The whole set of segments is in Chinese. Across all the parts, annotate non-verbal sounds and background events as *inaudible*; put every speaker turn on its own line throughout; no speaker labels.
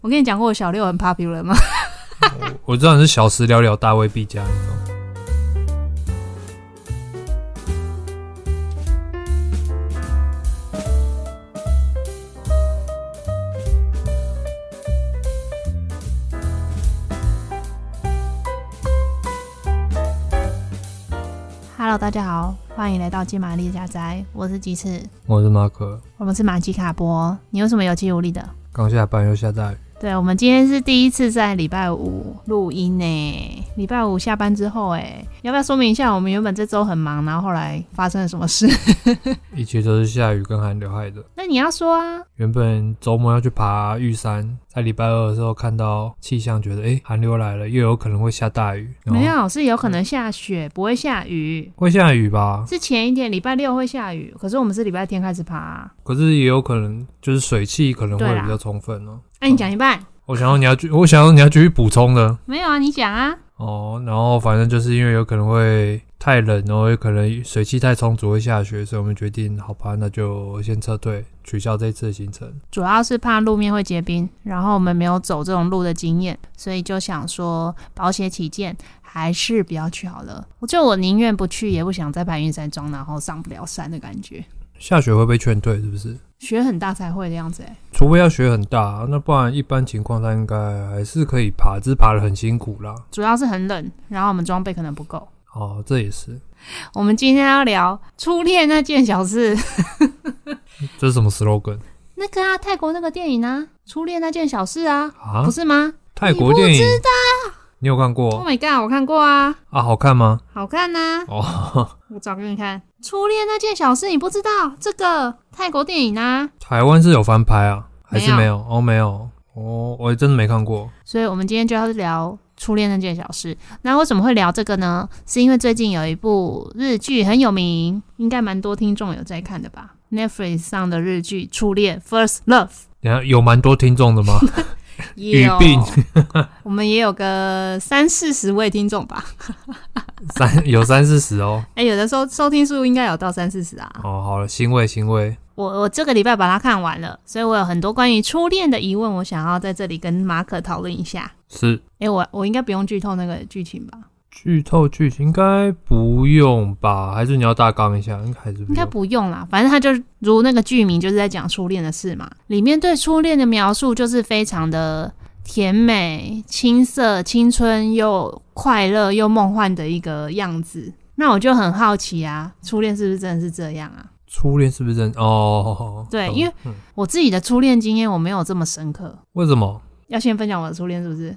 我跟你讲过，我小六很 popular 吗？
我我知道你是小时聊聊大卫毕加那种。
Hello，大家好，欢迎来到金玛丽家宅，我是鸡翅，
我是马可，
我们是马吉卡波。你有什么有气无力的？
刚下班又下大雨，
对我们今天是第一次在礼拜五录音呢，礼拜五下班之后，哎，要不要说明一下，我们原本这周很忙，然后后来发生了什么事？ *laughs*
一切都是下雨跟寒流害的。
那你要说啊，
原本周末要去爬玉山，在礼拜二的时候看到气象，觉得诶寒流来了，又有可能会下大雨。然后
没有，是有可能下雪，不会下雨。
会下雨吧？
是前一天礼拜六会下雨，可是我们是礼拜天开始爬、啊。
可是也有可能就是水汽可能
对
会
啦
比较充分哦。
那、哎你讲一半，
我想要你要去，我想要你要继续补充的
没有啊？你讲啊。
哦。然后反正就是因为有可能会太冷，然后有可能水汽太充足会下雪，所以我们决定好吧，那就先撤退，取消这次的行程。
主要是怕路面会结冰，然后我们没有走这种路的经验，所以就想说保险起见，还是不要去好了。我就我宁愿不去，也不想再白云山庄，然后上不了山的感觉。
下雪会被劝退，是不是？
雪很大才会的样子、欸，
除非要雪很大，啊那不然一般情况下应该还是可以爬，只是爬的很辛苦啦。
主要是很冷，然后我们装备可能不够。
哦，这也是，
我们今天要聊初恋那件小事，
这是什么 slogan
那个啊，泰国那个电影啊，初恋那件小事啊，
啊
不？是吗
泰国电影，你有看
？Oh
过
my god，我看过啊，
啊？好看吗？
好看呐、
哦，
我找给你看，初恋那件小事你不知道，这个泰国电影啊，
台湾是有翻拍啊，还是
没
没
有
有？哦，没有，哦，我真的没看过。
所以我们今天就要聊初恋那件小事。那为什么会聊这个呢？是因为最近有一部日剧很有名，应该蛮多听众有在看的吧？Netflix 上的日剧《初恋 First Love
等一下有蛮多听众 *laughs* 的吗？》，
也有
语病，
*laughs* 我们也有个三四十位听众吧？
三有三四十哦。
哎、有的时候收听数应该有到三四十啊。
哦，好了，欣慰欣慰。
我我这个礼拜把它看完了，所以我有很多关于初恋的疑问，我想要在这里跟马可讨论一下。
是
哎、我我应该不用剧透那个剧情吧？
剧透剧情应该不用吧？还是你要大纲一下？应该还是不
应该
用。
不用啦，反正他就是如那个剧名就是在讲初恋的事嘛。里面对初恋的描述就是非常的甜美、青涩、青春又快乐又梦幻的一个样子。那我就很好奇啊，初恋是不是真的是这样啊？
初恋是不是真哦？
对
懂
因为
嗯
我自己的初恋经验我没有这么深刻，
为什么
要先分享我的初恋是不
*laughs*
是？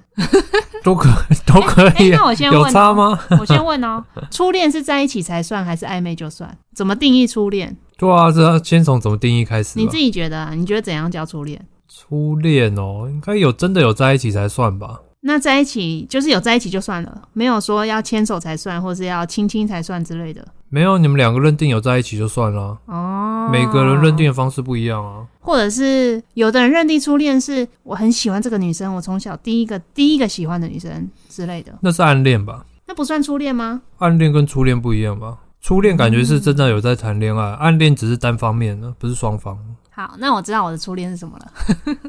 都可都可
*laughs* 哎、
以啊？
那我先问、
有差？吗？
*laughs* 我先问哦，初恋是在一起才算，还是暧昧就算？怎么定义初恋？
对啊，这要先从怎么定义开始
你
吧
自。己觉得啊？你觉得怎样叫初恋？
初恋哦，应该有真的有在一起才算吧？
那在一起就是有在一起就算了，没有说要牵手才算，或是要亲亲才算之类的。
没有，你们两个认定有在一起就算了啊。
哦，
每个人认，定的方式不一样啊。
或者是有的人认定初恋是我很喜欢这个女生，我从小第一个第一个喜欢的女生之类的，
那是暗恋吧？
那不算初恋吗？
暗恋跟初恋不一样吧？初恋感觉是真的有在谈恋
嗯
爱，暗恋只是单方面的，不是双方。
好，那我知道我的初恋是什么了，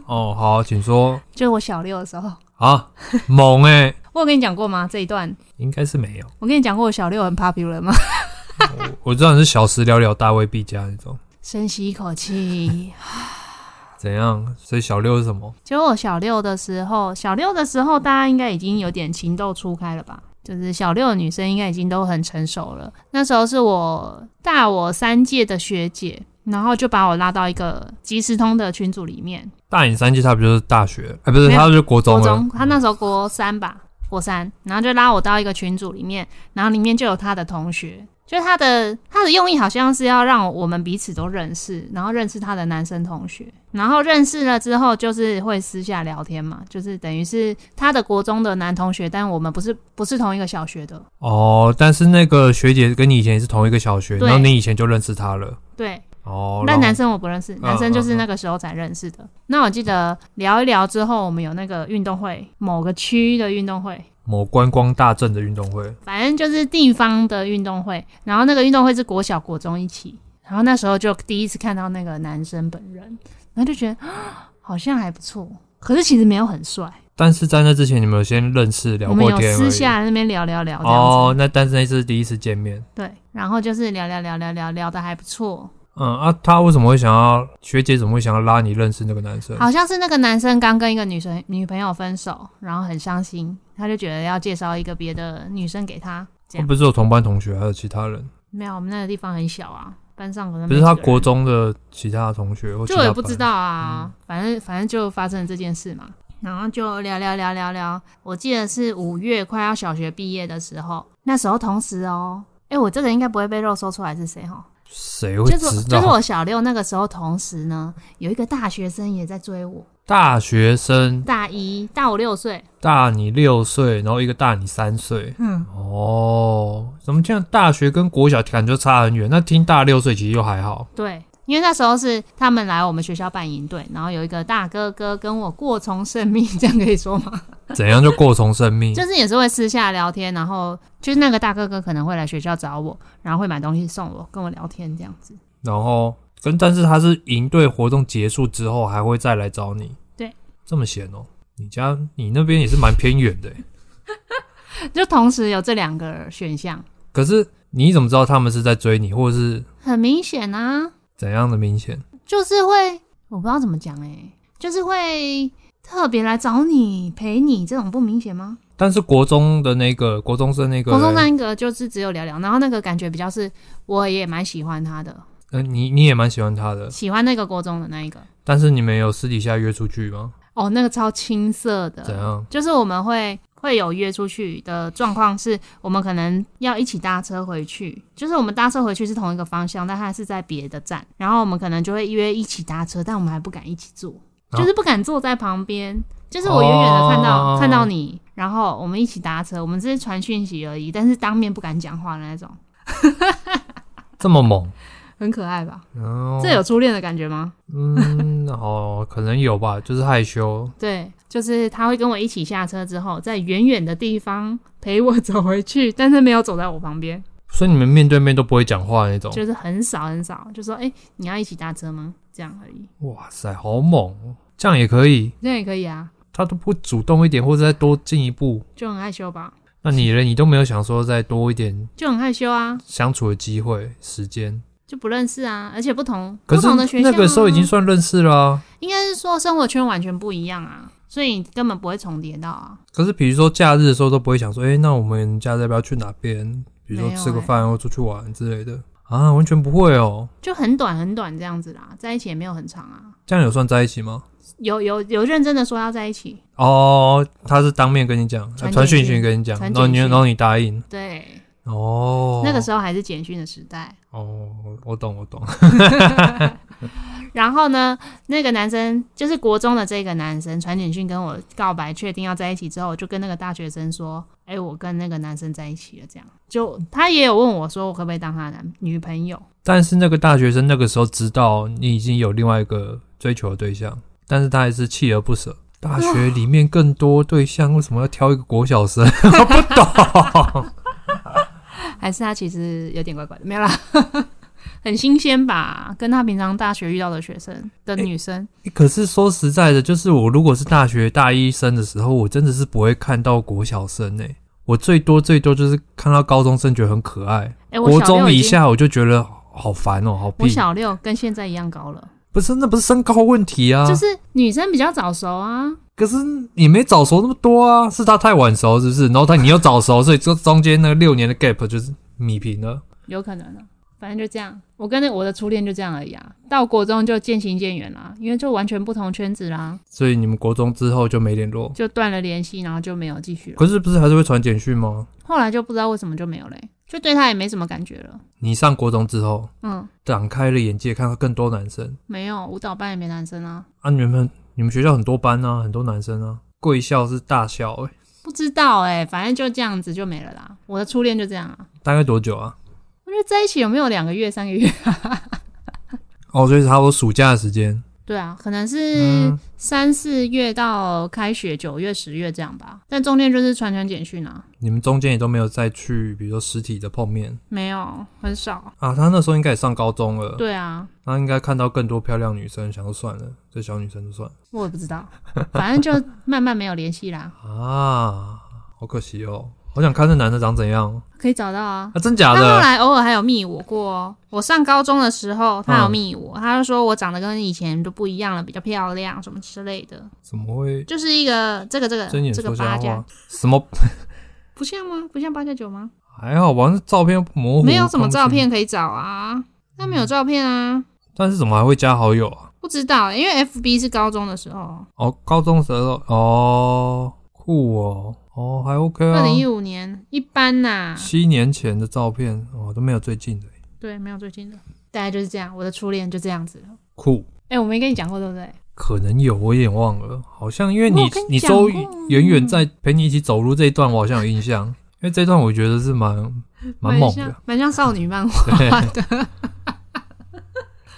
哦，好，请说
就是我小六的时候， *laughs*
啊，猛哎、
我有跟你讲过吗？这一段
应该是没有。
我跟你讲过我小六很 popular 吗？
我知道你是小时了了，大卫必加那种。
深吸一口气，
怎样？所以小六是什么？
结果我小六的时候，小六的时候大家应该已经有点情窦初开了吧？就是小六的女生应该已经都很成熟了。那时候是我大我三届的学姐，然后就把我拉到一个即时通的群组里面。
大你三届，他不就是大学？哎，不是，
没有
他就是国中
国
了。
中，她那时候国三吧，国三，然后就拉我到一个群组里面，然后里面就有她的同学。就是她的她的用意好像是要让我们彼此都认识，然后认识她的男生同学，然后认识了之后就是会私下聊天嘛，就是等于是她的国中的男同学，但我们不是不是同一个小学的，
哦，但是那个学姐跟你以前也是同一个小学，
对
然后你以前就认识她了。
对，
哦，
那
然后嗯
男生我不认识，男生就是那个时候才认识的。那我记得聊一聊之后，我们有那个运动会，某个区的运动会，
某观光大镇的运动会，
反正就是地方的运动会，然后那个运动会是国小国中一起，然后那时候就第一次看到那个男生本人，然后就觉得啊好像还不错。可是其实没有很帅。
但是在那之前，你们有先认识聊
我们
过
有
天而已
私下在那边聊聊聊这样子，
哦，那但是那次是第一次见面，
对，然后就是聊聊聊聊聊聊的还不错，
嗯啊，他为什么会想要学姐怎么会想要拉你认识那个男生？
好像是那个男生刚跟一个女生女朋友分手，然后很伤心，他就觉得要介绍一个别的女生给他，这样
不是有同班同学，还有其他人，
没有，我们那个地方很小啊，班上可能
不
没
是
几
他
个人
国中的其他的同学，或
就
其他
我也不
班
知道啊，反正反正就发生了这件事嘛，然后就聊聊聊聊聊。我记得是五月快要小学毕业的时候，那时候同时哦，哎、我这个应该不会被肉搜出来是谁哈，
谁会
就是我
知
就是
道
我小六那个时候，同时呢有一个大学生也在追我，
大学生
大一大我六岁，
大你六岁，然后一个大你三岁。
嗯，
哦，怎么这样？大学跟国小感觉差很远。那听大六岁其实又还
*laughs*
好。
对。因为那时候是他们来我们学校办营队，然后有一个大哥哥跟我过从甚密，这样可以说吗？
怎样就过从生命？
就是也是会私下聊天，然后就是那个大哥哥可能会来学校找我，然后会买东西送我，跟我聊天这样子。
然后跟，但是他是营队活动结束之后还会再来找你。
对，
这么闲哦。你家你那边也是蛮偏远的欸，
就同时有这两个选项，
可是你怎么知道他们是在追你，或者是
很明显啊，
怎样的明显？
就是会我不知道怎么讲哎、就是会特别来找你陪你，这种不明显吗？
但是国中的那个国中生那个
国
人，
中那一个就是只有聊聊，然后那个感觉比较是我也蛮喜欢他的，
呃，你你也蛮喜欢他的，
喜欢那个国中的那一个。
但是你们有私底下约出去吗？
哦，那个超青涩
怎
的，
样？
就是我们会会有约出去的状况，是我们可能要一起搭车回去，就是我们搭车回去是同一个方向，但它是在别的站，然后我们可能就会约一起搭车，但我们还不敢一起坐，
啊
就是不敢坐在旁边，就是我远远的看到、
哦
看到你，然后我们一起搭车，我们只是传讯息而已，但是当面不敢讲话的那种，
这么猛？
很可爱吧？
哦，
这有初恋的感觉吗？
嗯，哦，可能有吧，就是害羞。
对，就是他会跟我一起下车之后，在远远的地方陪我走回去，但是没有走在我旁边，
所以你们面对面都不会讲话那种。
就是很少很少，就说哎、你要一起搭车吗？这样而已，
哇塞，好猛哦！这样也可以，
这样也可以啊，
他都不主动一点，或者再多进一步。
就很害羞吧，
那你呢？你都没有想说再多一点
就很害羞啊，
相处的机会、时间？
就不认识啊，而且不同
可
不
是
同的学校、啊
那个时候已经算认识啊啦、
应该是说生活圈完全不一样啊，所以你根本不会重叠到啊，
可是比如说假日的时候都不会想说，哎、那我们假日要不要去哪边？比如
没
说
有
吃个
欸
饭或出去玩之类的啊，完全不会哦。
就很短很短这样子啦，在一起也没有很长啊，
这样有算在一起吗？
有有有认真的说要在一起，
哦，他是当面跟你讲，
传
呃传讯
简
息
讯
跟你讲，
传
然后你
简讯
然后你答应。
对，
哦，
那个时候还是简讯的时代。
哦，我我懂我懂。 *laughs*
然后呢，那个男生就是国中的这个男生传简讯跟我告白，确定要在一起之后，我就跟那个大学生说：“哎、我跟那个男生在一起了。”这样，就他也有问我说，我可不可以当他的男女朋友？
但是那个大学生那个时候知道你已经有另外一个追求的对象，但是他还是锲而不舍。大学里面更多对象，为什么要挑一个国小生？ *laughs* 不懂。
还是他其实有点怪怪的？没有啦， *laughs* 很新鲜吧？跟他平常大学遇到的学生的女生，
可是说实在的，就是我如果是大学大一生的时候，我真的是不会看到国小生诶、我最多最多就是看到高中生觉得很可爱，
哎、我
国
小六
中
已
以
经，
下我就觉得好烦哦，好
我
屁。
小六跟现在一样高了，
不是，那不是身高问题啊，
就是女生比较早熟啊。
可是你没早熟那么多啊，是他太晚熟是不是？然后他你又早熟，所以这中间那个六年的 gap 就是米平了。
有可能啊，反正就这样。我跟那我的初恋就这样而已啊，到国中就渐行渐远啦，因为就完全不同圈子啦，
所以你们国中之后就没联络，
就断了联系，然后就没有继续了。
可是不是还是会传简讯吗？
后来就不知道为什么就没有嘞、就对他也没什么感觉了。
你上国中之后，
嗯，
展开了眼界，看到更多男生
没有舞蹈班也没男生啊，
啊！你们你们学校很多班啊，很多男生啊。贵校是大校、欸，
不知道哎、反正就这样子就没了啦。我的初恋就这样啊，
大概多久啊？
我觉得在一起有没有两个月、三个月？ *laughs*
哦，所以差不多暑假的时间，
对啊，可能是
嗯，
三四月到开学，九月、十月这样吧。但中间就是传传简讯啊，
你们中间也都没有再去，比如说实体的碰面
没有，很少。
啊。他那时候应该也上高中了，
对啊，
他应该看到更多漂亮女生，想说算了，这小女生就算了
我也不知道，反正就慢慢没有联系 *laughs* 啦。
啊，好可惜哦。好想看这男的长怎样
可以找到啊。
啊？真假
他后
的？
来偶尔还有密我过哦。我上高中的时候，他有密
嗯
我，他就说我长得跟以前都不一样了，比较漂亮什么之类的，
怎么会
就是一个这个这个
睁眼
这个
说瞎
八加
话，？什么？
不像吗？不像八加九吗？
还好吧，那照片模糊，
没有什么照，片可以找啊，那没有照片啊，
但是怎么还会加好友啊？
不知道，欸因为 FB 是高中的时候，
哦，高中时候哦，酷哦，哦还 OK 啊
二，零一五年一般呐、
七年前的照片哦都没有最近的，
对，没有最近的，大概就是这样，我的初恋就这样子了。
酷，
哎、我没跟你讲过对不对？
可能有我有点忘了，好像因为
我
你
有跟你
你
讲
周
过啊
远远在陪你一起走路这一段，我好像有印象，因为这段我觉得是蛮蛮猛的
像，蛮像少女漫画 *laughs* 的。
*laughs*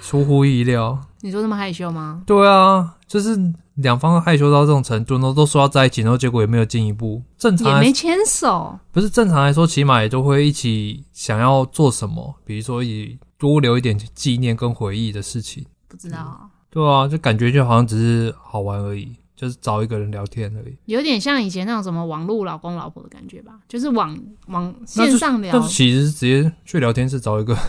出乎意料，
你说这么害羞吗？
对啊，就是两方害羞到这种程度，然后都说要在一起，然后结果也没有进一步，正常
也
来
没牵手，
不是正常来说，起码也都会一起想要做什么，比如说一起多留一点纪念跟回忆的事情。
不知道，
对啊，就感觉就好像只是好玩而已，就是找一个人聊天而已。
有点像以前那种什么网络老公老婆的感觉吧，就是网网
那就
线上聊
但是其实直接去聊天是找一个 *laughs*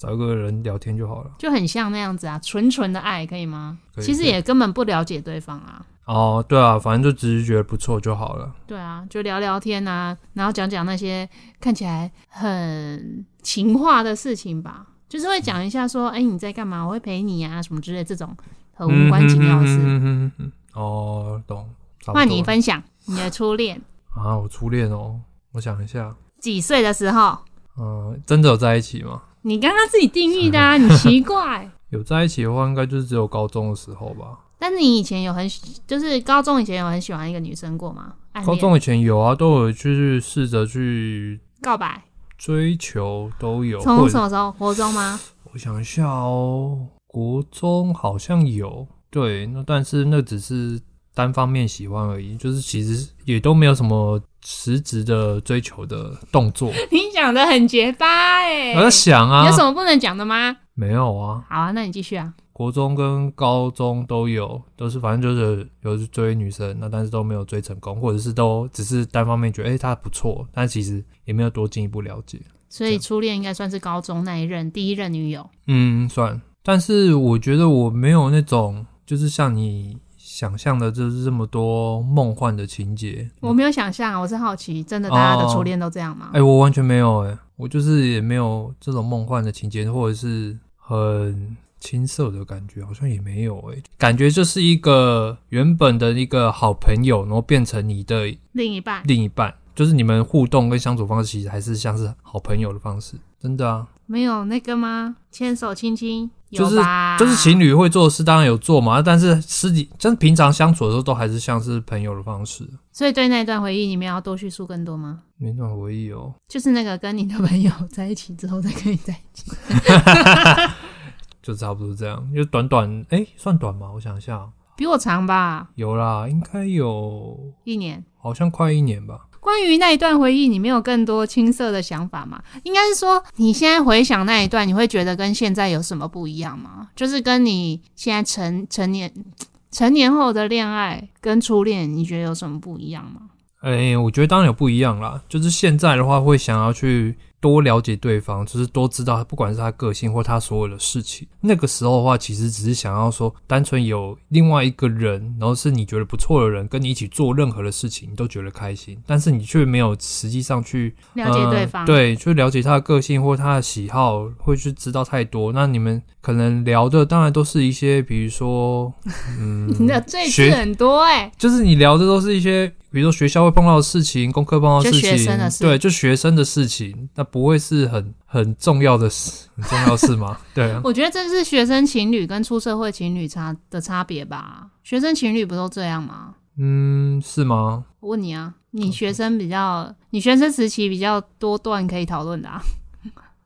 找一个人聊天就好了。
就很像那样子啊，纯纯的爱可以吗？
可以
其实
可以
也根本不了解对方啊，
哦，对啊，反正就只是觉得不错就好了。
对啊，就聊聊天啊，然后讲讲那些看起来很情话的事情吧，就是会讲一下说，哎、你在干嘛？我会陪你啊，什么之类这种很无关紧要的事。
嗯嗯嗯嗯嗯嗯嗯哦，懂。差不多
换你分享你的初恋，
啊，我初恋哦，我想一下，
几岁的时候？
嗯、真的有在一起吗？
你刚刚自己定义的啊，你奇怪。
*laughs* 有在一起的话，应该就是只有高中的时候吧。
但是你以前有很喜，就是高中以前有很喜欢一个女生过吗？暗
高
恋
中以前有啊，都有去试着去
告白，
追求，都有。
从
或
什
者
么时候？国中
*laughs*
吗？
我想一下哦，国中好像有，对，那但是那只是单方面喜欢而已，就是其实也都没有什么实质的追求的动作。
你讲的很结巴哎、
我在想啊
有，什么不能讲的吗？
没有啊，
好啊，那你继续啊。
国中跟高中都有，都是反正就是有去追女生，那但是都没有追成功，或者是都只是单方面觉得诶她不错，但其实也没有多进一步了解。
所以初恋应该算是高中那一任第一任女友，
嗯，算。但是我觉得我没有那种，就是像你想象的，就是这么多梦幻的情节。
我没有想象啊，我是好奇，真的大家的
嗯哦
初恋都这样吗？
哎、我完全没有哎、我就是也没有这种梦幻的情节，或者是很青涩的感觉，好像也没有哎、感觉就是一个原本的一个好朋友，然后变成你的
另一半
另一半，就是你们互动跟相处方式，其实还是像是好朋友的方式，真的啊。
没有那个吗？牵手亲亲有
就是
吧？
就是情侣会做的事，当然有做嘛，但是私底就是平常相处的时候，都还是像是朋友的方式。
所以对那一段回忆，你们要多叙述更多吗？
没那种回忆哦，
就是那个跟你的朋友在一起之后再跟你在一起，
就差不多这样，就短短哎、算短吗？我想一下，哦
比我长吧
有啦，应该有，
一年。
好像快一年吧。
关于那一段回忆，你没有更多青涩的想法吗？应该是说，你现在回想那一段，你会觉得跟现在有什么不一样吗？就是跟你现在成成年成年后的恋爱跟初恋，你觉得有什么不一样吗？
哎、我觉得当然有不一样啦，就是现在的话会想要去多了解对方，就是多知道，不管是他个性或他所有的事情。那个时候的话，其实只是想要说，单纯有另外一个人，然后是你觉得不错的人，跟你一起做任何的事情，你都觉得开心，但是你却没有实际上去
了解
呃
对方，
对，去了解他的个性或他的喜好，会去知道太多。那你们可能聊的当然都是一些，比如说，嗯，
*laughs* 你的罪
学
是很多哎、
就是你聊的都是一些，比如说学校会碰到的事情，功课碰到的
就
事
学
情，
生的事
对，就学生的事情，那不会是很很重要的事，很重要的事
*laughs*
吗？对啊，
我觉得这是学生情侣跟出社会情侣差的差别吧。学生情侣不都这样吗？
嗯，是吗？
我问你啊，你学生比较，你学生时期比较多段可以讨论的啊。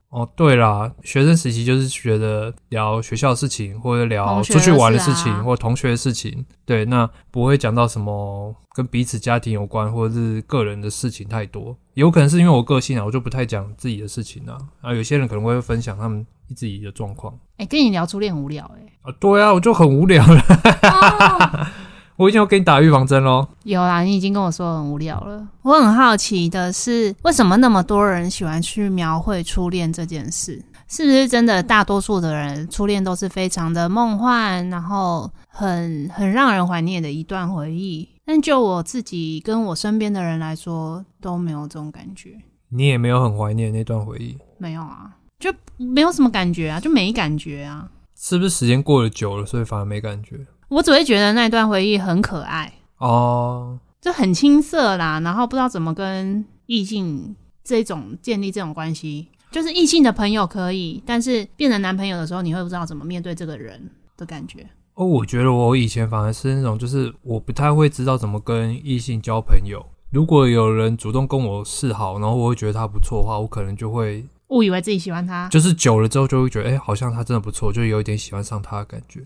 哦，对啦，学生时期就是觉得聊学校的事情，或者聊
同学
出去玩的事
的事
情，
啊
或同学的事情。对，那不会讲到什么跟彼此家庭有关，或者是个人的事情太多。有可能是因为我个性啊，我就不太讲自己的事情啊。啊，有些人可能会分享他们自己的状况
哎、跟你聊初恋无聊哎、
啊。对啊，我就很无聊了。 *laughs* 我已经要给你打预防针喽。
有啦，你已经跟我说很无聊了。我很好奇的是，为什么那么多人喜欢去描绘初恋这件事？是不是真的大多数的人初恋都是非常的梦幻，然后很很让人怀念的一段回忆？但就我自己跟我身边的人来说，都没有这种感觉，
你也没有很怀念那段回忆，
没有啊，就没有什么感觉啊，就没感觉啊。
是不是时间过得久了，所以反而没感觉？
我只会觉得那段回忆很可爱，
哦，
就很青涩啦，然后不知道怎么跟异性这种建立这种关系，就是异性的朋友可以，但是变成男朋友的时候，你会不知道怎么面对这个人的感觉。
哦，我觉得我以前反而是那种，就是我不太会知道怎么跟异性交朋友。如果有人主动跟我示好，然后我会觉得他不错的话，我可能就会，
误以为自己喜欢他，
就是久了之后就会觉得，哎、好像他真的不错，就有一点喜欢上他的感觉。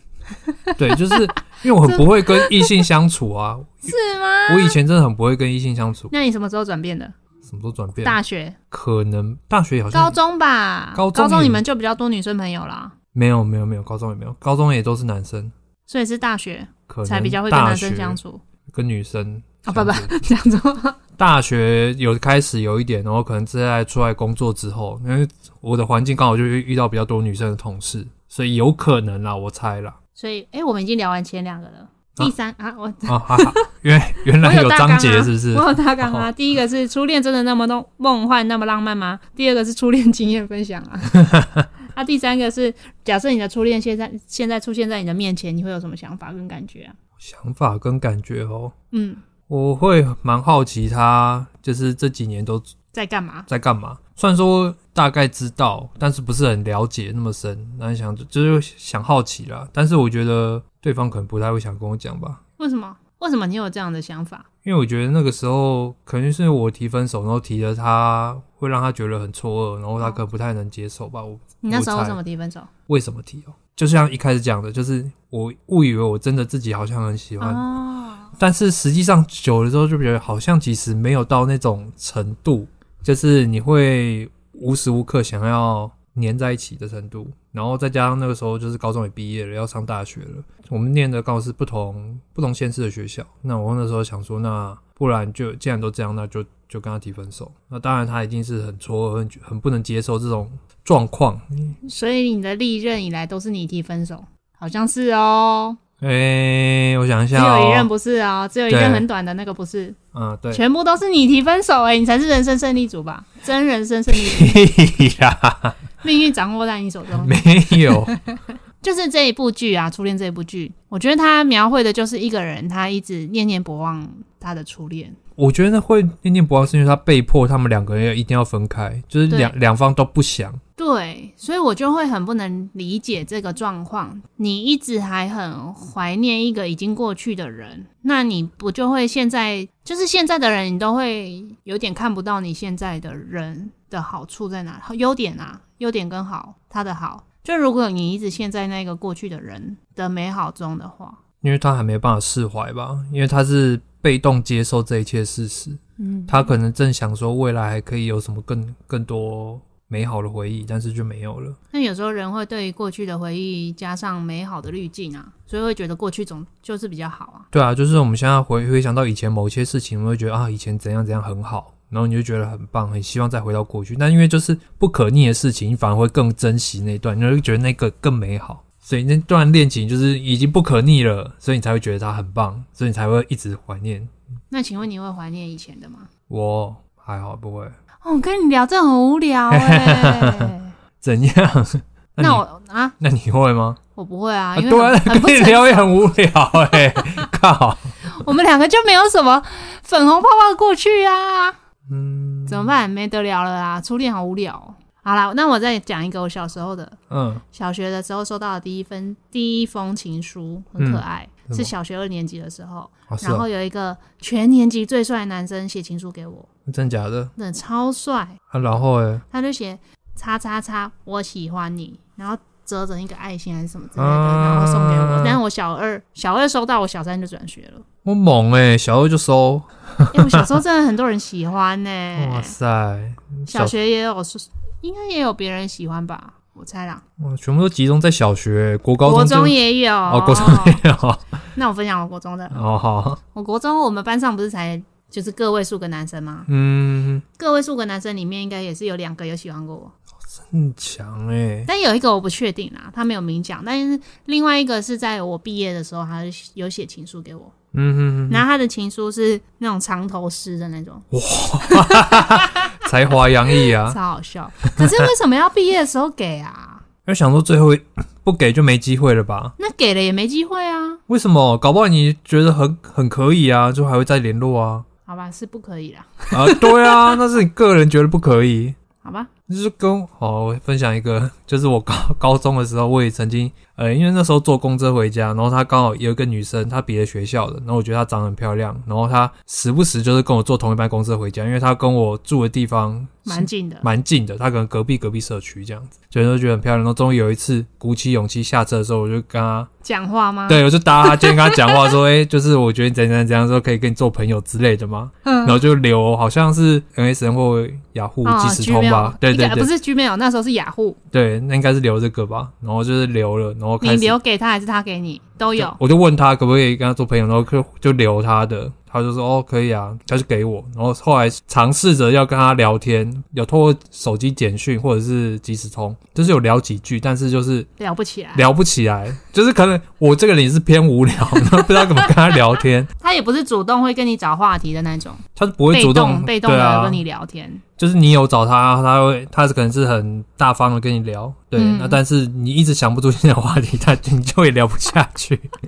对，就是因为我很不会跟异性相处啊，
是吗？
我以前真的很不会跟异性相处。
那你什么时候转变的？
什么时候转变？
大学、
可能大学嗯
高
好像
中吧。
高中
你
也
们就比较多女生朋友啦，
没有，没有，没有，高中也没有，高中也都是男生，
所以是大学
可能
才比较会跟男生
大学
相处。
跟女生
啊不不
相处
这样子，
大学有开始有一点，然后可能是在出来工作之后，因为我的环境刚好就遇到比较多女生的同事，所以有可能啦，我猜啦。
所以哎、诶我们已经聊完前两个了，第三啊，我
啊，哈
*laughs*
哈原 *laughs* 原来
我有大纲
章
啊
节是不哦是？
我有大纲啊，第一个是初恋真的那么梦梦幻那么浪漫吗？第二个是初恋经验分享啊，
*laughs*
啊，第三个是假设你的初恋现在现在出现在你的面前，你会有什么想法跟感觉啊？
想法跟感觉哦，
嗯，
我会蛮好奇他就是这几年都
在干嘛？
在干嘛。虽然说大概知道，但是不是很了解那么深，那想就是想好奇啦。但是我觉得对方可能不太会想跟我讲吧。
为什么？为什么你有这样的想法？
因为我觉得那个时候肯定是我提分手，然后提了他，会让他觉得很错愕，然后他可能不太能接受吧。我
你那时候
我
为
猜
什么提分手？
为什么提哦？就像一开始讲的，就是我误以为我真的自己好像很喜欢，
哦，
但是实际上久了之后就觉得好像其实没有到那种程度，就是你会无时无刻想要黏在一起的程度。然后再加上那个时候就是高中也毕业了，要上大学了。我们念的刚好是不同不同县市的学校。那我那时候想说，那不然就既然都这样，那就就跟他提分手。那当然他一定是很错愕，很很不能接受这种状况。
所以你的历任以来都是你提分手，好像是哦，
*laughs* 哎，我想一
只
下
有一任
*laughs* 哦，
不是哦，只有一
对
任很短的那个不是，
嗯，对，
全部都是你提分手哎、你才是人生胜利组吧？真人生胜利组，
屁啦，
命运掌握在你手中。
*laughs* 没有，
就是这一部剧啊，《初恋》这一部剧，我觉得它描绘的就是一个人，他一直念念不忘他的初恋。
我觉得会念念不忘，是因为他被迫他们两个人要一定要分开，就是
对
两两方都不想。
对，所以我就会很不能理解这个状况。你一直还很怀念一个已经过去的人，那你不就会现在就是现在的人，你都会有点看不到你现在的人的好处在哪，优点啊，优点跟好，他的好。就如果你一直陷在那个过去的人的美好中的话，
因为他还没办法释怀吧，因为他是被动接受这一切事实。
嗯，
他可能正想说未来还可以有什么更更多美好的回忆，但是就没有了。
那有时候人会对于过去的回忆加上美好的滤镜啊，所以会觉得过去总就是比较好啊。
对啊，就是我们现在回回想到以前某些事情，我们会觉得啊，以前怎样怎样很好，然后你就觉得很棒，很希望再回到过去。但因为就是不可逆的事情，你反而会更珍惜那一段，你就会觉得那个更美好。所以那段恋情就是已经不可逆了，所以你才会觉得它很棒，所以你才会一直怀念。
那请问你会怀念以前的吗？
我还好，不会
哦，我跟你聊这很无聊哎、 *laughs*
怎样。那
那
你
我啊，
那你会吗？
我不会啊，
啊
因为
对啊，
很很
跟
不
你
成
聊也很无聊哎、靠，
我们两个就没有什么粉红泡泡的过去啊，
嗯
*laughs* 怎么办？没得聊了啊，初恋好无聊哦、好啦，那我再讲一个我小时候的，
嗯，
小学的时候收到的第一封第一封情书，很可爱，
嗯
是
什么
小学二年级的时候。
啊是
然
哦
后，有一个全年级最帅的男生写情书给我，
真假的
真的超帅。
啊，然后哎、
他就写：“叉叉叉，我喜欢你，然后折成一个爱心还是什么之类的，
啊
然后送给我。但是我小二小二收到，我小三就转学
*laughs*
了。
我猛哎、小二就收，
因为我小时候真的很多人喜欢呢、
哇塞，
小学也有，应该也有别人喜欢吧，我猜啦。
哇，全部都集中在小学、国高
国
中就
中也有，
哦，国中也有，
*laughs*
*laughs*
那我分享我国中的，
哦好，
我国中我们班上不是才就是个位数个男生吗？
嗯，
个位数个男生里面应该也是有两个有喜欢过我，
很强哎、
但有一个我不确定啊啦，他没有明讲。但是另外一个是在我毕业的时候，他有写情书给我，
嗯哼
然后他的情书是那种长头诗的那种，
哼，才华洋溢
*laughs*
啊，
超好笑。可是为什么要毕业的时候给啊？
要想说最后一不给就没机会了吧？
那给了也没机会啊。
为什么？搞不好你觉得很很可以啊，就还会再联络啊？
好吧，是不可以啦，
啊，对啊，那是你个人觉得不可以。
好吧，
就是跟哦，我分享一个， *laughs* 就是我高高中的时候，我也曾经，呃，因为那时候坐公车回家，然后她刚好有一个女生，她别的学校的，然后我觉得她长得很漂亮，然后她时不时就是跟我坐同一班公车回家，因为她跟我住的地方
蛮近的。
蛮近的，她可能隔壁隔壁社区这样子，所以就觉得很漂亮。然后终于有一次鼓起勇气下车的时候，我就跟她
讲话吗？，
对，我就搭他肩跟他讲
*laughs*
话说，哎、就是我觉得你怎样怎样说可以跟你做朋友之类的嘛，
嗯
然后就留好像是 NSN 或雅虎
哦
即时通吧，
Gmail
对对
应该
对
不是 Gmail，那时候是雅虎。
对，那应该是留这个吧，然后就是留了，然后开
你
始
留给他还是他给你都有
就。我就问他可不可以跟他做朋友，然后就就留他的，他就说哦可以啊，他就给我，然后后来尝试着要跟他聊天，有透过手机简讯或者是即时通，就是有聊几句，但是就是
了不起来，啊
聊不起来，就是可能我这个人也是偏无聊， *laughs* 然后不知道怎么跟他聊天。
他也不是主动会跟你找话题的那种，
他是不会主
被
动
动被动
对
的
啊，
跟你聊天。
就是你有找他，他会他是可能是很大方的跟你聊，对，
嗯
那但是你一直想不出新的话题，他你就也聊不下去， *laughs*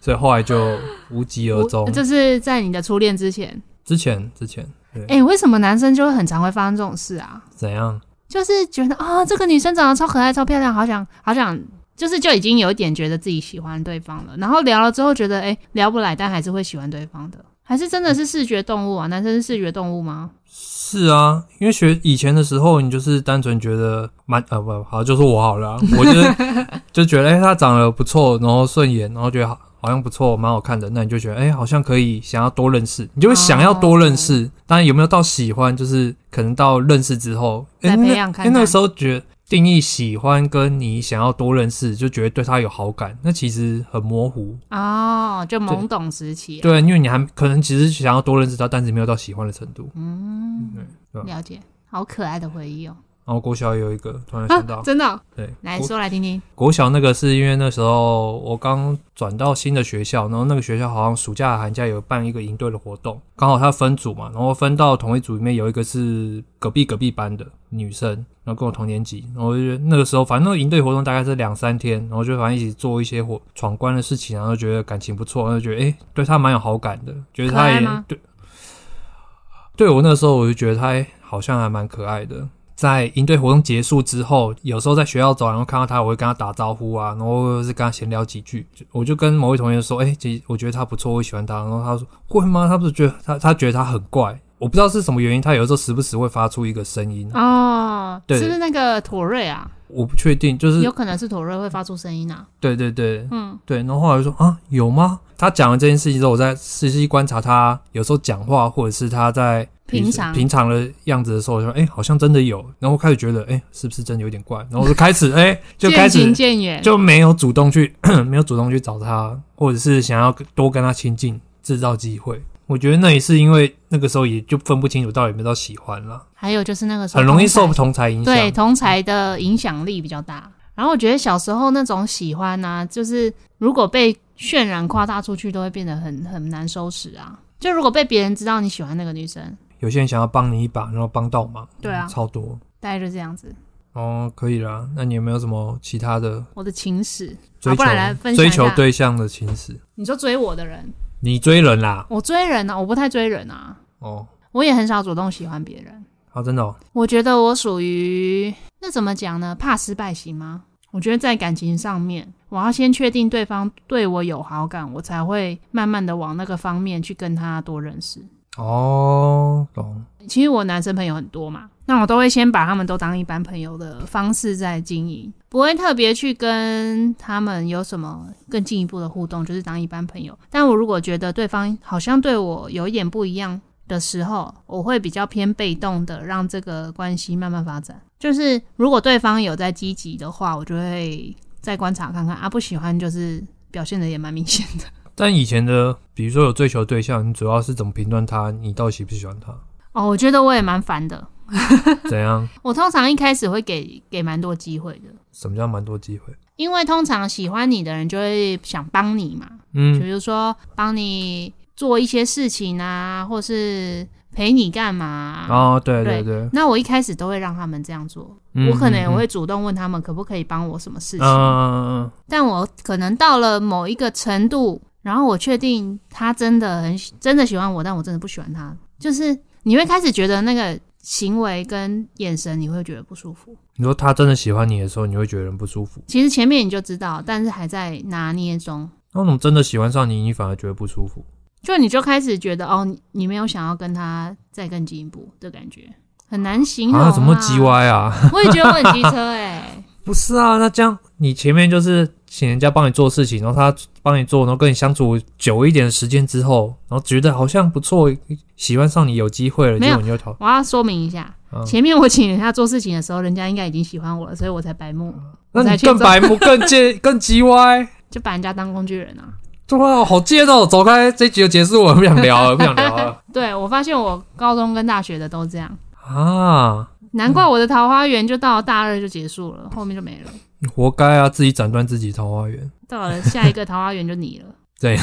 所以后来就无疾而终
我。这是在你的初恋之前。
之前之前
哎、为什么男生就会很常会发生这种事啊？
怎样？
就是觉得啊、这个女生长得超可爱、超漂亮，好想好想，就是就已经有一点觉得自己喜欢对方了。然后聊了之后，觉得哎、聊不来，但还是会喜欢对方的。还是真的是视觉动物啊？男生是视觉动物吗？
是啊，因为学以前的时候，你就是单纯觉得蛮呃不好，就是我好了啊、我就是 *laughs* 就觉得哎、他长得不错，然后顺眼，然后觉得好好像不错，蛮好看的，那你就觉得哎、好像可以想要多认识，你就会
哦
想要多认识。当然有没有到喜欢，就是可能到认识之后，哎、
再培
那
养看
哎那
看
个时候觉得定义喜欢跟你想要多认识，就觉得对他有好感，那其实很模糊。
哦，就懵懂时期、啊。
对，因为你还可能其实想要多认识他，但是没有到喜欢的程度。
嗯，
对
了解，好可爱的回忆哦。
然后国小也有一个，突然想到，
真的哦、
对，
来
国
说来听听。
国小那个是因为那时候我刚转到新的学校，然后那个学校好像暑假寒假有办一个营队的活动，刚好他分组嘛，然后分到同一组里面有一个是隔壁隔壁班的女生，然后跟我同年级，然后我就觉得那个时候反正那个营队活动大概是两三天，然后就反正一起做一些火闯关的事情，然后觉得感情不错，然后就觉得诶、对她蛮有好感的，觉得她
可爱
也
吗
对，对我那时候我就觉得她好像还蛮可爱的，在营队活动结束之后，有时候在学校走廊看到他，我会跟他打招呼啊，然后或者是跟他闲聊几句。就我就跟某位同学说：“哎、其实我觉得他不错，我喜欢他。”然后他说：“会吗？”他不是觉得他他觉得他很怪，我不知道是什么原因，他有时候时不时会发出一个声音，
哦，
对
是不是那个妥瑞啊？
我不确定，就是
有可能是妥瑞会发出声音啊。
对对对，
嗯，
对，然后后来就说啊，有吗？他讲了这件事情之后，我在实际观察他有时候讲话，或者是他在
平
平
常
平常的样子的时候，我就说哎、好像真的有。然后我开始觉得哎、是不是真的有点怪？然后我就开始哎、就开
渐
始
行渐远。
就没有主动去 *clears throat* 没有主动去找他，或者是想要多跟他亲近，制造机会。我觉得那也是因为那个时候也就分不清楚到底有没有到喜欢了，
还有就是那个时候
很容易
同
受
才
同才影响。
对同才的影响力比较大。然后我觉得小时候那种喜欢呢、就是如果被渲染夸大出去，都会变得很很难收拾啊。就如果被别人知道你喜欢那个女生，
有些人想要帮你一把，然后帮倒忙，嗯
对啊
超多。
大概就这样子。
哦，可以啦。那你有没有什么其他的
我的情史，
追
好不
求、
然来分享
追
一
求
下。
对象的情史？
你说追我的人，
你追人啦？
我追人啊，我不太追人啊，
哦，
我也很少主动喜欢别人。
好、真的、哦，
我觉得我属于那怎么讲呢？怕失败型吗？我觉得在感情上面，我要先确定对方对我有好感，我才会慢慢的往那个方面去跟他多认识。
哦，懂。
其实我男生朋友很多嘛，那我都会先把他们都当一般朋友的方式在经营，不会特别去跟他们有什么更进一步的互动，就是当一般朋友。但我如果觉得对方好像对我有一点不一样的时候，我会比较偏被动的让这个关系慢慢发展。就是如果对方有在积极的话，我就会再观察看看啊，不喜欢就是表现的也蛮明显的。
但以前的，比如说有追求对象，你主要是怎么评断他？你到底喜不
*laughs*
喜欢他？
哦，我觉得我也蛮烦的。
怎样？
我通常一开始会给给蛮多机会的，
什么叫蛮多机会？
因为通常喜欢你的人就会想帮你嘛，
嗯，
比如说帮你做一些事情啊，或是陪你干嘛啊、
哦，对
对
对对，
那我一开始都会让他们这样做，
嗯
我可能也
嗯嗯
会主动问他们可不可以帮我什么事
嗯
情，
嗯嗯
但我可能到了某一个程度，然后我确定他真的很喜真的喜欢我，但我真的不喜欢他，就是你会开始觉得那个行为跟眼神你会觉得不舒服。
你说他真的喜欢你的时候，你会觉得很不舒服。哦
其实前面你就知道，但是还在拿捏中，
那怎么真的喜欢上你，你反而觉得不舒服？
就你就开始觉得哦，你你没有想要跟他再更进一步的感觉，很难形容
啊，怎么叽？歪啊？
*laughs*
*laughs*
我也觉得我很机车哎、
不是啊，那这样你前面就是请人家帮你做事情，然后他帮你做，然后跟你相处久一点的时间之后，然后觉得好像不错，喜欢上你有机会了，
没
结
有
果你就逃。
我要说明一下，
嗯
前面我请人家做事情的时候，人家应该已经喜欢我了，所以我才白目，
那
我才
你
去
更
做
白目、更贱、 *laughs* 更叽歪。
就把人家当工具人啊。
对啊，好贱哦！走开，这集就结束了，不想聊了，不想
*laughs*
聊了
对我发现我高中跟大学的都这样，
啊！
难怪我的桃花源就到了大二就结束
*laughs*
了，后面就没了。
你活该啊，自己斩断自己桃
*laughs*
花源，
到了下一个桃花源就你了。
*laughs* 怎样？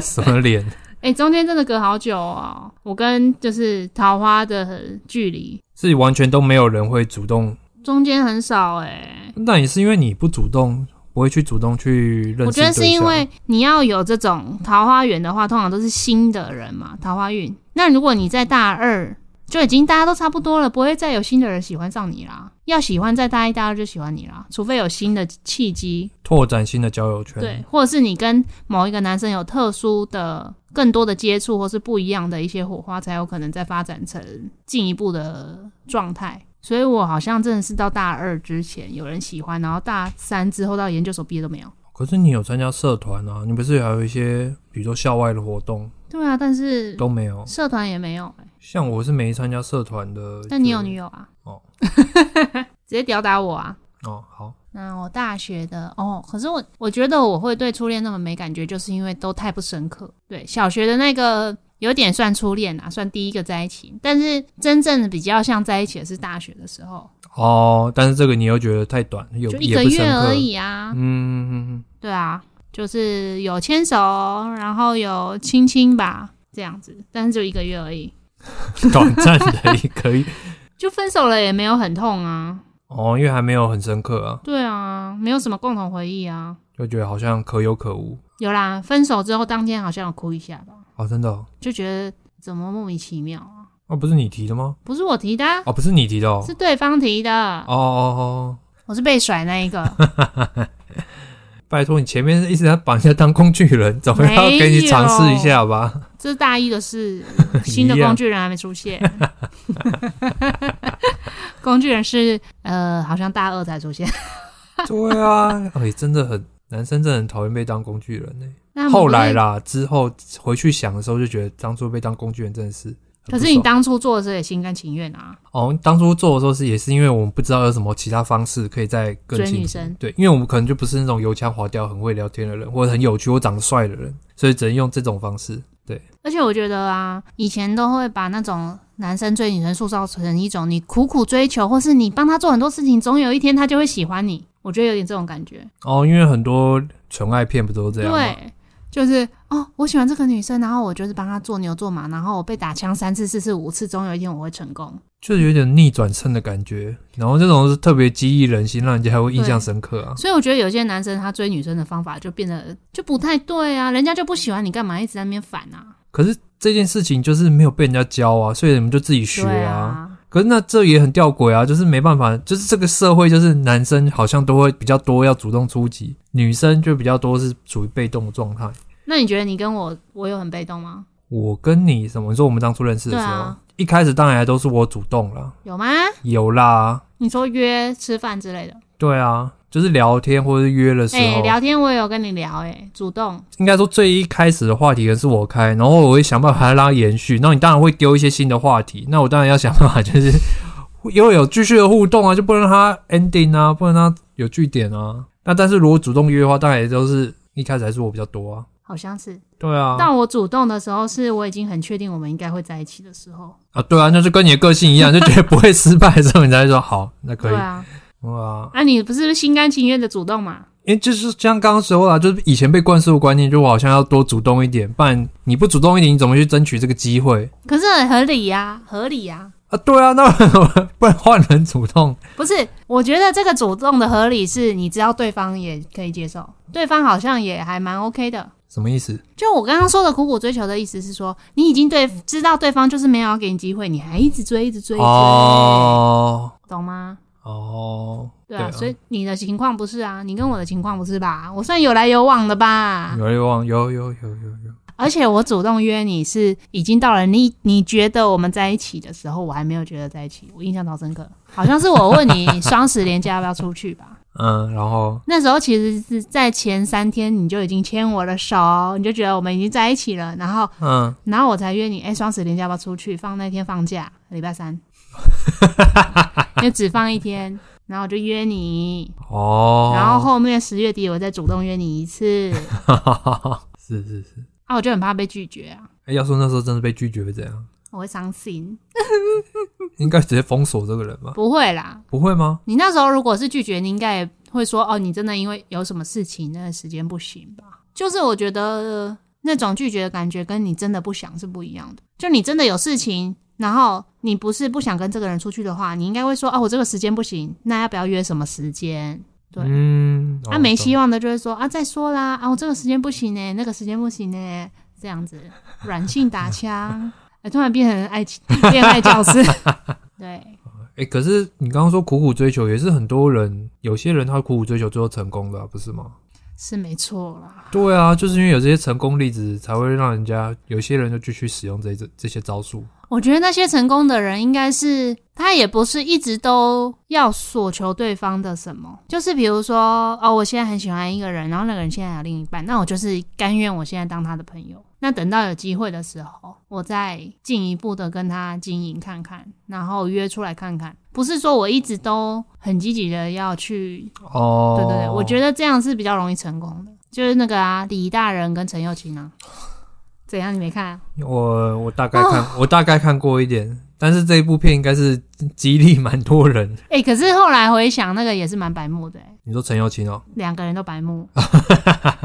什么脸？
哎、中间真的隔好久哦。我跟就是桃花的距离，
是完全都没有人会主动。
中间很少哎、
那也是因为你不主动，不会去主动去认识。
我觉得是因为你要有这种桃花源的话，通常都是新的人嘛，桃花运。那如果你在大二就已经大家都差不多了，不会再有新的人喜欢上你啦。要喜欢在大一、大二就喜欢你啦，除非有新的契机，
拓展新的交友圈。
对，，或者是你跟某一个男生有特殊的、更多的接触，或是不一样的一些火花，才有可能再发展成进一步的状态。所以我好像真的是到大二之前有人喜欢，然后大三之后到研究所毕业都没有。
可是你有参加社团啊？你不是还有一些，比如说校外的活动
对啊，但是
都没有？
社团也没有、欸，
像我是没参加社团的。
但你有
就
女友啊？
哦，
*laughs* 直接吊打我啊！
哦，好，
那我大学的哦，可是我我觉得我会对初恋那么没感觉，就是因为都太不深刻。对，小学的那个有点算初恋啊，算第一个在一起，但是真正的比较像在一起的是大学的时候，
哦，但是这个你又觉得太短，有
就一
也
个
不深
月
刻
而。已啊。
嗯嗯嗯，
对啊，就是有牵手，然后有亲亲吧，这样子，但是就一个月而已，
嗯短暂的也可
*laughs*
以。
就分手了也没有很痛啊。
哦，因为还没有很深刻啊，
对啊，没有什么共同回忆啊。
就觉得好像可有可无。
有啦，分手之后当天好像有哭一下吧，
哦，真的哦，
就觉得怎么莫名其妙啊？
哦不是你提的吗？
不是我提的啊、
哦，不是你提的哦。
是对方提的，
哦哦
我是被甩那一
*laughs*
个，
哦，拜托你前面一直在把人家当工具人，总
没
要给你
有
尝试一下吧？ *laughs*
这是大一的事，新的工具人还没出现。工具人是呃，好像大二才出现。 *laughs*
对啊，哎，真的很，男生真的很讨厌被当工具人呢。
那他们不是
后来，啦，之后回去想的时候，就觉得当初被当工具人真的是很不
可
爽。
是你当初做的时候也心甘情愿啊。
哦，当初做的时候是也是因为我们不知道有什么其他方式可以再更
追
进
女
一步
生
对，因为我们可能就不是那种油腔滑调、很会聊天的人，或者很有趣或长得帅的人，所以只能用这种方式。
而且我觉得啊，以前都会把那种男生追女生塑造成一种你苦苦追求，或是你帮他做很多事情，总有一天他就会喜欢你。我觉得有点这种感觉。
哦，因为很多纯爱片不都这样吗？
对，就是哦，我喜欢这个女生，然后我就是帮她做牛做马，然后我被打枪三次、四次、五次，总有一天我会成功。
就是有点逆转胜的感觉。然后这种是特别激励人心，让人家还会印象深刻啊。
所以我觉得有些男生他追女生的方法就变得就不太对啊，人家就不喜欢你，干嘛一直在那边反啊？
可是这件事情就是没有被人家教啊，所以你们就自己学
对
啊。
啊，
可是那这也很吊诡啊，就是没办法，就是这个社会就是男生好像都会比较多要主动出击，女生就比较多是属于被动的状态。
那你觉得你跟我我有很被动吗？
我跟你什么？你说我们当初认识的时候，
对啊
一开始当然还都是我主动啦，
有吗？
有啦，
你说约吃饭之类的？
对啊，就是聊天或者是约的时
哎、
候，啊
聊天我也有跟你聊、哎，主动，
应该说最一开始的话题可能是我开，然后我会想办法让它延续，那你当然会丢一些新的话题，那我当然要想办法就是因为有继续的互动啊，就不能让它 ending 啊，不能让它有据点啊。那但是如果主动约的话，当然也都是一开始还是我比较多啊，
好像是。
对啊，
但我主动的时候，是我已经很确定我们应该会在一起的时候。
啊对啊，那就跟你的个性一样，就觉得不会失败的时候，你才会说好，那可以，
对
哇、
啊，啊，你不是心甘情愿的主动嘛？
因为就是像刚刚说啊，就是以前被灌输的观念，就我好像要多主动一点，不然你不主动一点，你怎么去争取这个机会
可是很合理呀、合理呀、
啊？对啊，那 *laughs* 不然换人主动，
不是，我觉得这个主动的合理是，你知道对方也可以接受，对方好像也还蛮 OK 的。
什么意思？
就我刚刚说的苦苦追求的意思是说，你已经对知道对方就是没有要给你机会，你还一直追，一直追，一直追，
哦
懂吗？
哦，
对啊，所以你的情况不是啊，你跟我的情况不是吧？我算有来有往的吧。
哦有有有有有有有，
而且我主动约你是已经到了你你觉得我们在一起的时候，我还没有觉得在一起，我印象超深刻。好像是我问你双十连假要不要出去吧？ *laughs*
嗯，然后
那时候其实是在前三天你就已经牵我的手，你就觉得我们已经在一起了，然后
嗯，
然后我才约你，哎、双十连假要不要出去？放那天放假，礼拜三，因为只放一天，然后我就约你，
哦，
然后后面十月底我再主动约你一次，
后 *laughs* 是是是，
啊，我就很怕被拒绝啊，
哎，要说那时候真的被拒绝会怎样？
我会伤心。
应该直接封锁这个人吧？
不会啦，
不会吗？
你那时候如果是拒绝，你应该也会说哦，你真的因为有什么事情，那个时间不行吧？就是我觉得、呃那种拒绝的感觉跟你真的不想是不一样的。就你真的有事情，然后你不是不想跟这个人出去的话，你应该会说哦，我这个时间不行，那要不要约什么时间？对。
嗯，
啊，没希望的就会说啊，再说啦，啊，我这个时间不行呢、那个时间不行呢、这样子软性打枪，哎，突然变成爱情恋爱教师，对，
哎、可是你刚刚说苦苦追求，也是很多人，有些人他苦苦追求最后成功的啊、不是吗？
是没错啦。
对啊，就是因为有这些成功例子，才会让人家有些人就继续使用这这这些招数。
我觉得那些成功的人，应该是他也不是一直都要索求对方的什么，就是比如说，哦，我现在很喜欢一个人，然后那个人现在有另一半，那我就是甘愿我现在当他的朋友。那等到有机会的时候，我再进一步的跟他经营看看，然后约出来看看。不是说我一直都很积极的要去，
哦，
对对对，我觉
得
得这样是比较容易成功的。就是那个啊，李大人跟陈又青啊，怎样？你没看、啊？
我我大概看、
哦
我大概看过一点，但是这一部片应该是激励蛮
*laughs*
多人。
哎、可是后来回想，那个也是蛮白目的、欸，
你说陈友清哦，
两个人都白
*laughs*
目，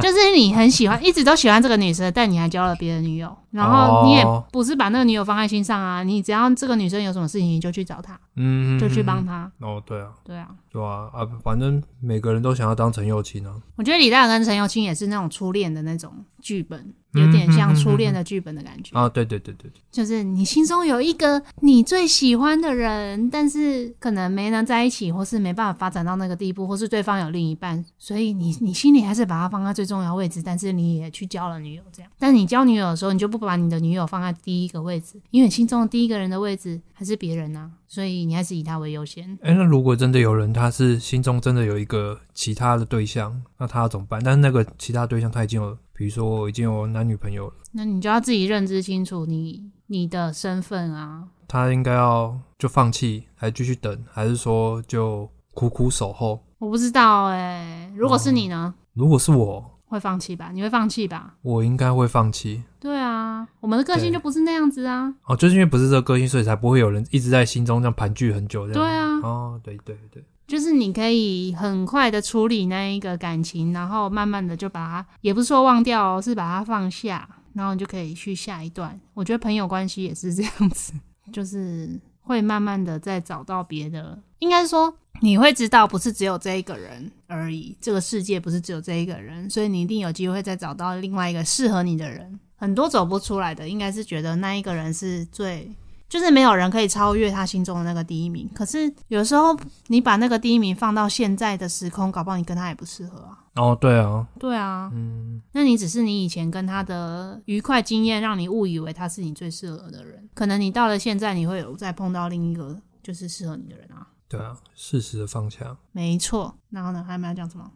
就是你很喜欢，一直都喜欢这个女生，但你还交了别的女友，然后你也
哦
不是把那个女友放在心上啊，你只要这个女生有什么事情，你就去找她，
嗯，
就去帮她，
哦，对啊，
对啊。
对啊，啊，反正每个人都想要当陈友清啊。
我觉得李大人跟陈友清也是那种初恋的那种剧本，有点像初恋的剧本的感觉，
啊，对对对对对，
就是你心中有一个你最喜欢的人，但是可能没能在一起，或是没办法发展到那个地步，或是对方有另一半，所以你你心里还是把他放在最重要的位置，但是你也去交了女友，这样。但你交女友的时候，你就不把你的女友放在第一个位置，因为你心中的第一个人的位置还是别人啊，所以你还是以他为优先。
哎，那如果真的有人他是心中真的有一个其他的对象，那他要怎么办？但是那个其他对象他已经有，比如说我已经有男女朋友了，
那你就要自己认知清楚你你的身份啊，
他应该要就放弃，还继续等，还是说就苦苦守候？
我不知道哎、如果是你呢，
如果是我，
会放弃吧？你会放弃吧？
我应该会放弃。
对啊，我们的个性
对
就不是那样子啊。
哦，就是因为不是这个个性，所以才不会有人一直在心中这样盘踞很久这样。
对啊
哦，对对对，
就是你可以很快的处理那一个感情，然后慢慢的就把它，也不是说忘掉、哦，是把它放下，然后你就可以去下一段。我觉得朋友关系也是这样子， *laughs* 就是会慢慢的再找到别的，应该说你会知道不是只有这一个人而已，这个世界不是只有这一个人，所以你一定有机会再找到另外一个适合你的人。很多走不出来的，应该是觉得那一个人是最就是没有人可以超越他心中的那个第一名。可是有时候你把那个第一名放到现在的时空，搞不好你跟他也不适合啊。
哦，对啊，
对啊，
嗯，
那你只是你以前跟他的愉快经验，让你误以为他是你最适合的人。可能你到了现在，你会有再碰到另一个就是适合你的人啊。
对啊，适时的放下，
没错。然后呢，还有没有讲什么？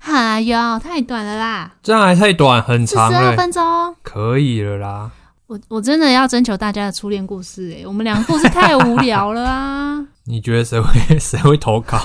哎呦，太短了啦，
这样还太短，很
四
长
十
哎、
二分钟。
可以了啦。
我我真的要征求大家的初恋故事哎、我们两个故事太无聊了啊！
你觉得谁会 *laughs* 谁会投稿？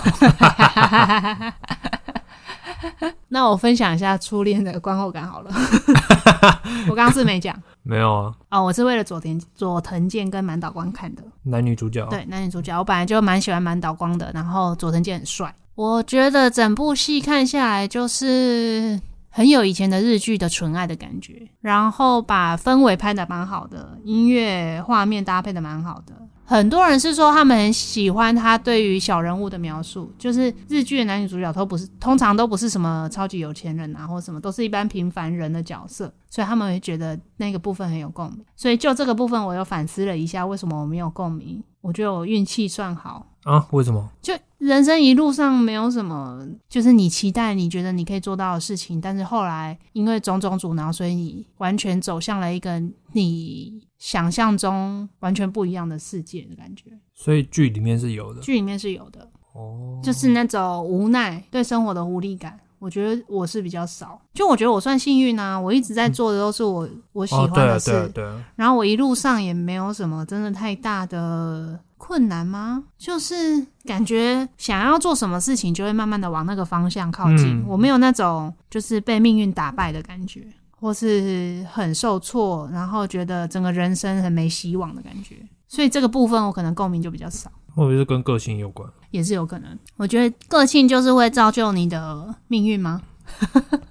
*laughs* 那我分享一下初恋的观后感好了。 *laughs* 我刚刚是没讲
没有啊，
哦，我是为了佐田佐藤健跟满岛光看的。
男女主角啊
对，男女主角，我本来就蛮喜欢满岛光的，然后佐藤健很帅。我觉得整部戏看下来，就是很有以前的日剧的纯爱的感觉，然后把氛围拍的蛮好的，音乐画面搭配的蛮好的。很多人是说他们很喜欢他对于小人物的描述，就是日剧的男女主角都不是，通常都不是什么超级有钱人啊，或什么，都是一般平凡人的角色，所以他们会觉得那个部分很有共鸣。所以就这个部分，我又反思了一下，为什么我没有共鸣？我觉得我运气算好，
啊？为什么？
就人生一路上没有什么，就是你期待你觉得你可以做到的事情，但是后来因为种种阻挠，所以你完全走向了一个你想象中完全不一样的世界的感觉。
所以剧里面是有的
剧里面是有的，
哦，
就是那种无奈对生活的无力感。我觉得我是比较少，就我觉得我算幸运啊，我一直在做的都是我、我喜
哦
欢，
对
的
啊，
事，
对啊，对啊，
然后我一路上也没有什么真的太大的困难吗？就是感觉想要做什么事情，就会慢慢的往那个方向靠近。
嗯
我没有那种就是被命运打败的感觉，或是很受挫，然后觉得整个人生很没希望的感觉。所以这个部分我可能共鸣就比较少。
会不会是跟个性有关？ *laughs*
也是有可能，我觉得个性就是会造就你的命运吗？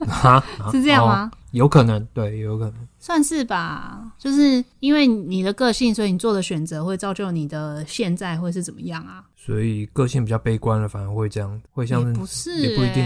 哈，
是这样
哦？
吗？
有可能，对，有可能。
算是吧，就是因为你的个性，所以你做的选择会造就你的现在会是怎么样啊？
所以个性比较悲观了，反而会这样，会像
也
是
不是、欸，
也不一定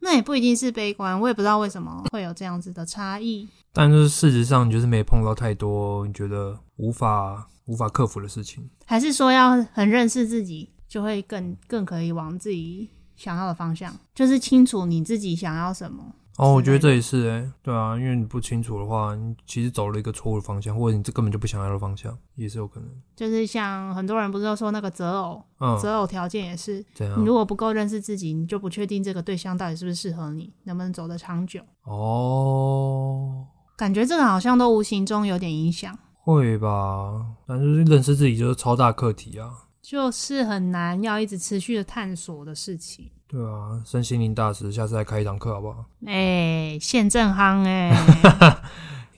那也不一定是悲观，我也不知道为什么会有这样子的差异。
但是事实上，你就是没碰到太多你觉得无法无法克服的事情。
还是说要很认识自己，就会更更可以往自己想要的方向，就是清楚你自己想要什么。
哦，我
之
觉
类
得这也是哎、对啊，因为你不清楚的话，你其实走了一个错误的方向，或者你这根本就不想要的方向，也是有可能。
就是像很多人不是都说那个择偶，
嗯，
择偶条件也是，
怎
你
样？
如果不够认识自己，你就不确定这个对象到底是不是适合你，能不能走得长久。
哦，
感觉这个好像都无形中有点影响，
会吧？但是认识自己就是超大课题啊。
就是很难要一直持续的探索的事情。
对啊，身心灵大师，下次来开一堂课好不好？
哎、现正夯
*laughs*
哎、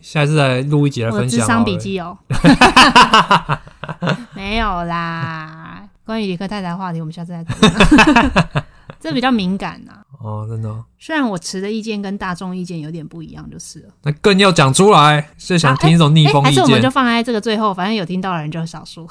下次来录一集来
我的
分
智
享好
商
了。
笔记哦， *laughs* 没有啦。关于理科太太的话题，我们下次再讨
*laughs*
论这比较敏感呐、
哦，真的哦、
虽然我持的意见跟大众意见有点不一样，就是了。
那更要讲出来，是想
啊
听一种逆
哎、
风
还
意
是我们
见，
就放在这个最后，反正有听到的人就是少数。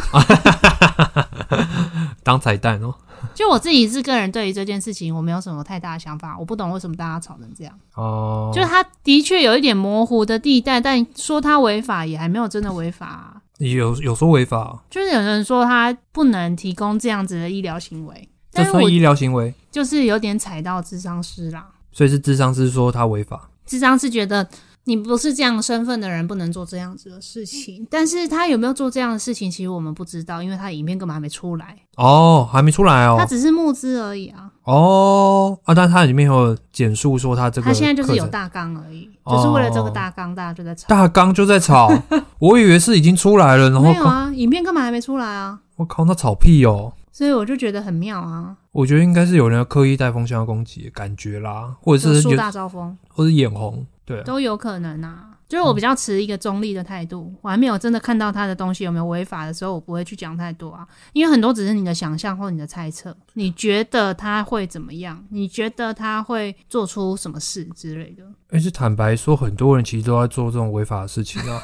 当彩蛋哦。
就我自己是个人，对于这件事情我没有什么太大的想法，我不懂为什么大家吵成这样。
哦，
就是他的确有一点模糊的地带，但说他违法也还没有真的违法啊、
有有说违法哦，
就是有人说他不能提供这样子的医疗行为，
这
但是
算
我
医疗行为，
就是有点踩到智商师啦。
所以是智商是说他违法。
智商师觉得你不是这样身份的人，不能做这样子的事
嗯
情。但是他有没有做这样的事情，其实我们不知道，因为他的影片根本还没出来，
哦，还没出来
他
哦。
只是募资而已啊。
哦啊，但是它里面有简述说他这个
他
课程，
现在就是有大纲而已，
哦
就是为了这个大纲，大家就在吵。
大纲就在吵，
*laughs*
我以为是已经出来了，然后
没有啊，影片根本还没出来啊，
我靠，那吵屁哦！
所以我就觉得很妙啊，
我觉得应该是有人要刻意带风向的攻击，感觉啦，或者
就是树
有
大招风。
或是眼红，对啊，
都有可能
嗯
啊。就是我比较持一个中立的态度，我还没有真的看到他的东西有没有违法的时候，我不会去讲太多啊，因为很多只是你的想象或你的猜测，你觉得他会怎么样，你觉得他会做出什么事之类的。
而且坦白说，很多人其实都在做这种违法的事情啊。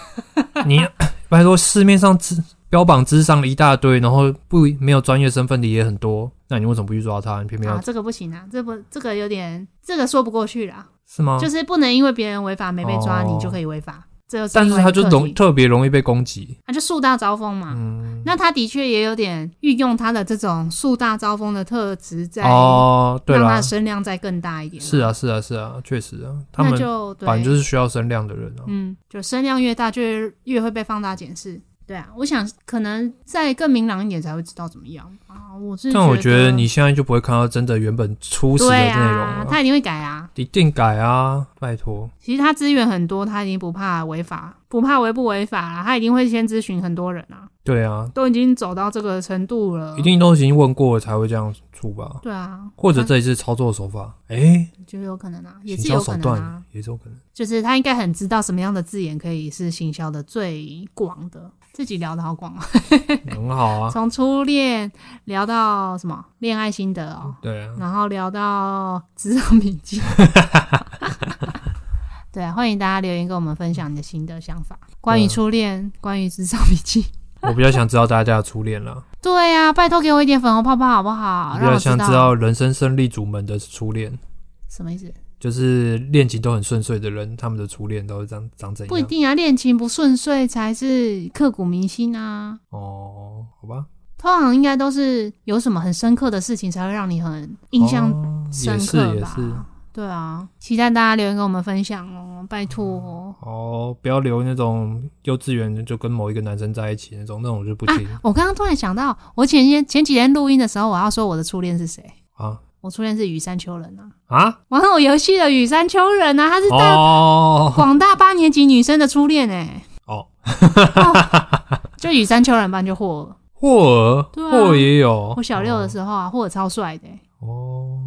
你 *laughs* 拜托，市面上智标榜智商一大堆，然后不没有专业身份的也很多，那你为什么不去抓他？你偏偏要、
啊，这个不行啊，这不这个有点这个说不过去啦，
是吗？
就是不能因为别人违法没被抓，
哦
你就可以违法。这又
但
另
是
外一
他
个
就
课
容
题
特别容易被攻击。
他就树大招风嘛。
嗯，
那他的确也有点运用他的这种树大招风的特质，在让
哦，对
他
啦
的，声量再更大一点。
是，啊，是啊，是啊，确实啊，他
那
们
就对，
反正就是需要声量的人啊。
嗯，就声量越大，就越越会被放大检视。对啊，我想可能再更明朗一点才会知道怎么样啊。我是，
但我觉
觉
得你现在就不会看到真的原本初始的
对
内容
啊，
了，
他一定会改啊。
一定改啊，拜托。
其实他资源很多，他已经不怕违法，不怕违不违法啦，他一定会先咨询很多人啊，
对啊，
都已经走到这个程度了，
一定都已经问过了才会这样出吧，
对啊，
或者这一次操作手法，哎，
就有可能啊，也
行
是
销
有可
手
能啊
段，也是有可能。
就是他应该很知道什么样的字眼可以是行销的最广的。自己聊的好广哦，
很好
*laughs*
啊，
从初恋聊到什么恋爱心得哦，
对啊，
然后聊到职场笔 *laughs* 记。对啊，欢迎大家留言跟我们分享你的心得想法，关于
对啊
初恋，关于职场笔记。
我比较想知道大家的初恋啦，
对呀、拜托给我一点粉红泡泡嗯好不好？
我比
让
较
我
想
知
知
道哎
道人生胜利组们的初恋，
什么意思？
就是恋情都很顺遂的人，他们的初恋都是长长怎
不一
样？
定啊，恋情不顺遂才是刻骨铭心啊。
哦，好吧，
通常应该都是有什么很深刻的事情才会让你很印象
哦
深
也是
刻
也
吧？
是。
对啊，期待大家留言跟我们分享哦，拜托哦。
哦，不要留那种幼稚园就跟某一个男生在一起那种，那种我就不
啊
听
我刚刚突然想到，我前天前几天录音的时候，我要说我的初恋是谁？
啊
我初恋是羽山丘人啊，
啊！
玩偶游戏的羽山丘人啊，他是大 *laughs*
哦
广大八年级女生的初恋哎、
哦，
就羽山丘人班就获了。
霍尔，
对啊
霍尔也有，
我小六的时候啊，或者超帅的欸、
哦，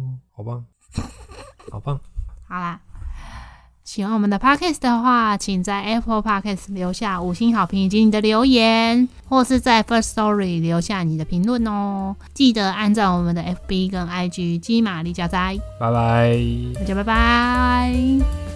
*laughs*
好棒，好棒，
好啦，喜欢我们的 podcast 的话，请在 Apple Podcast 留下五星好评以及你的留言，或是在 First Story 留下你的评论哦。记得按照我们的 FB 跟 IG 金玛丽加哉，
拜拜。
那就拜拜。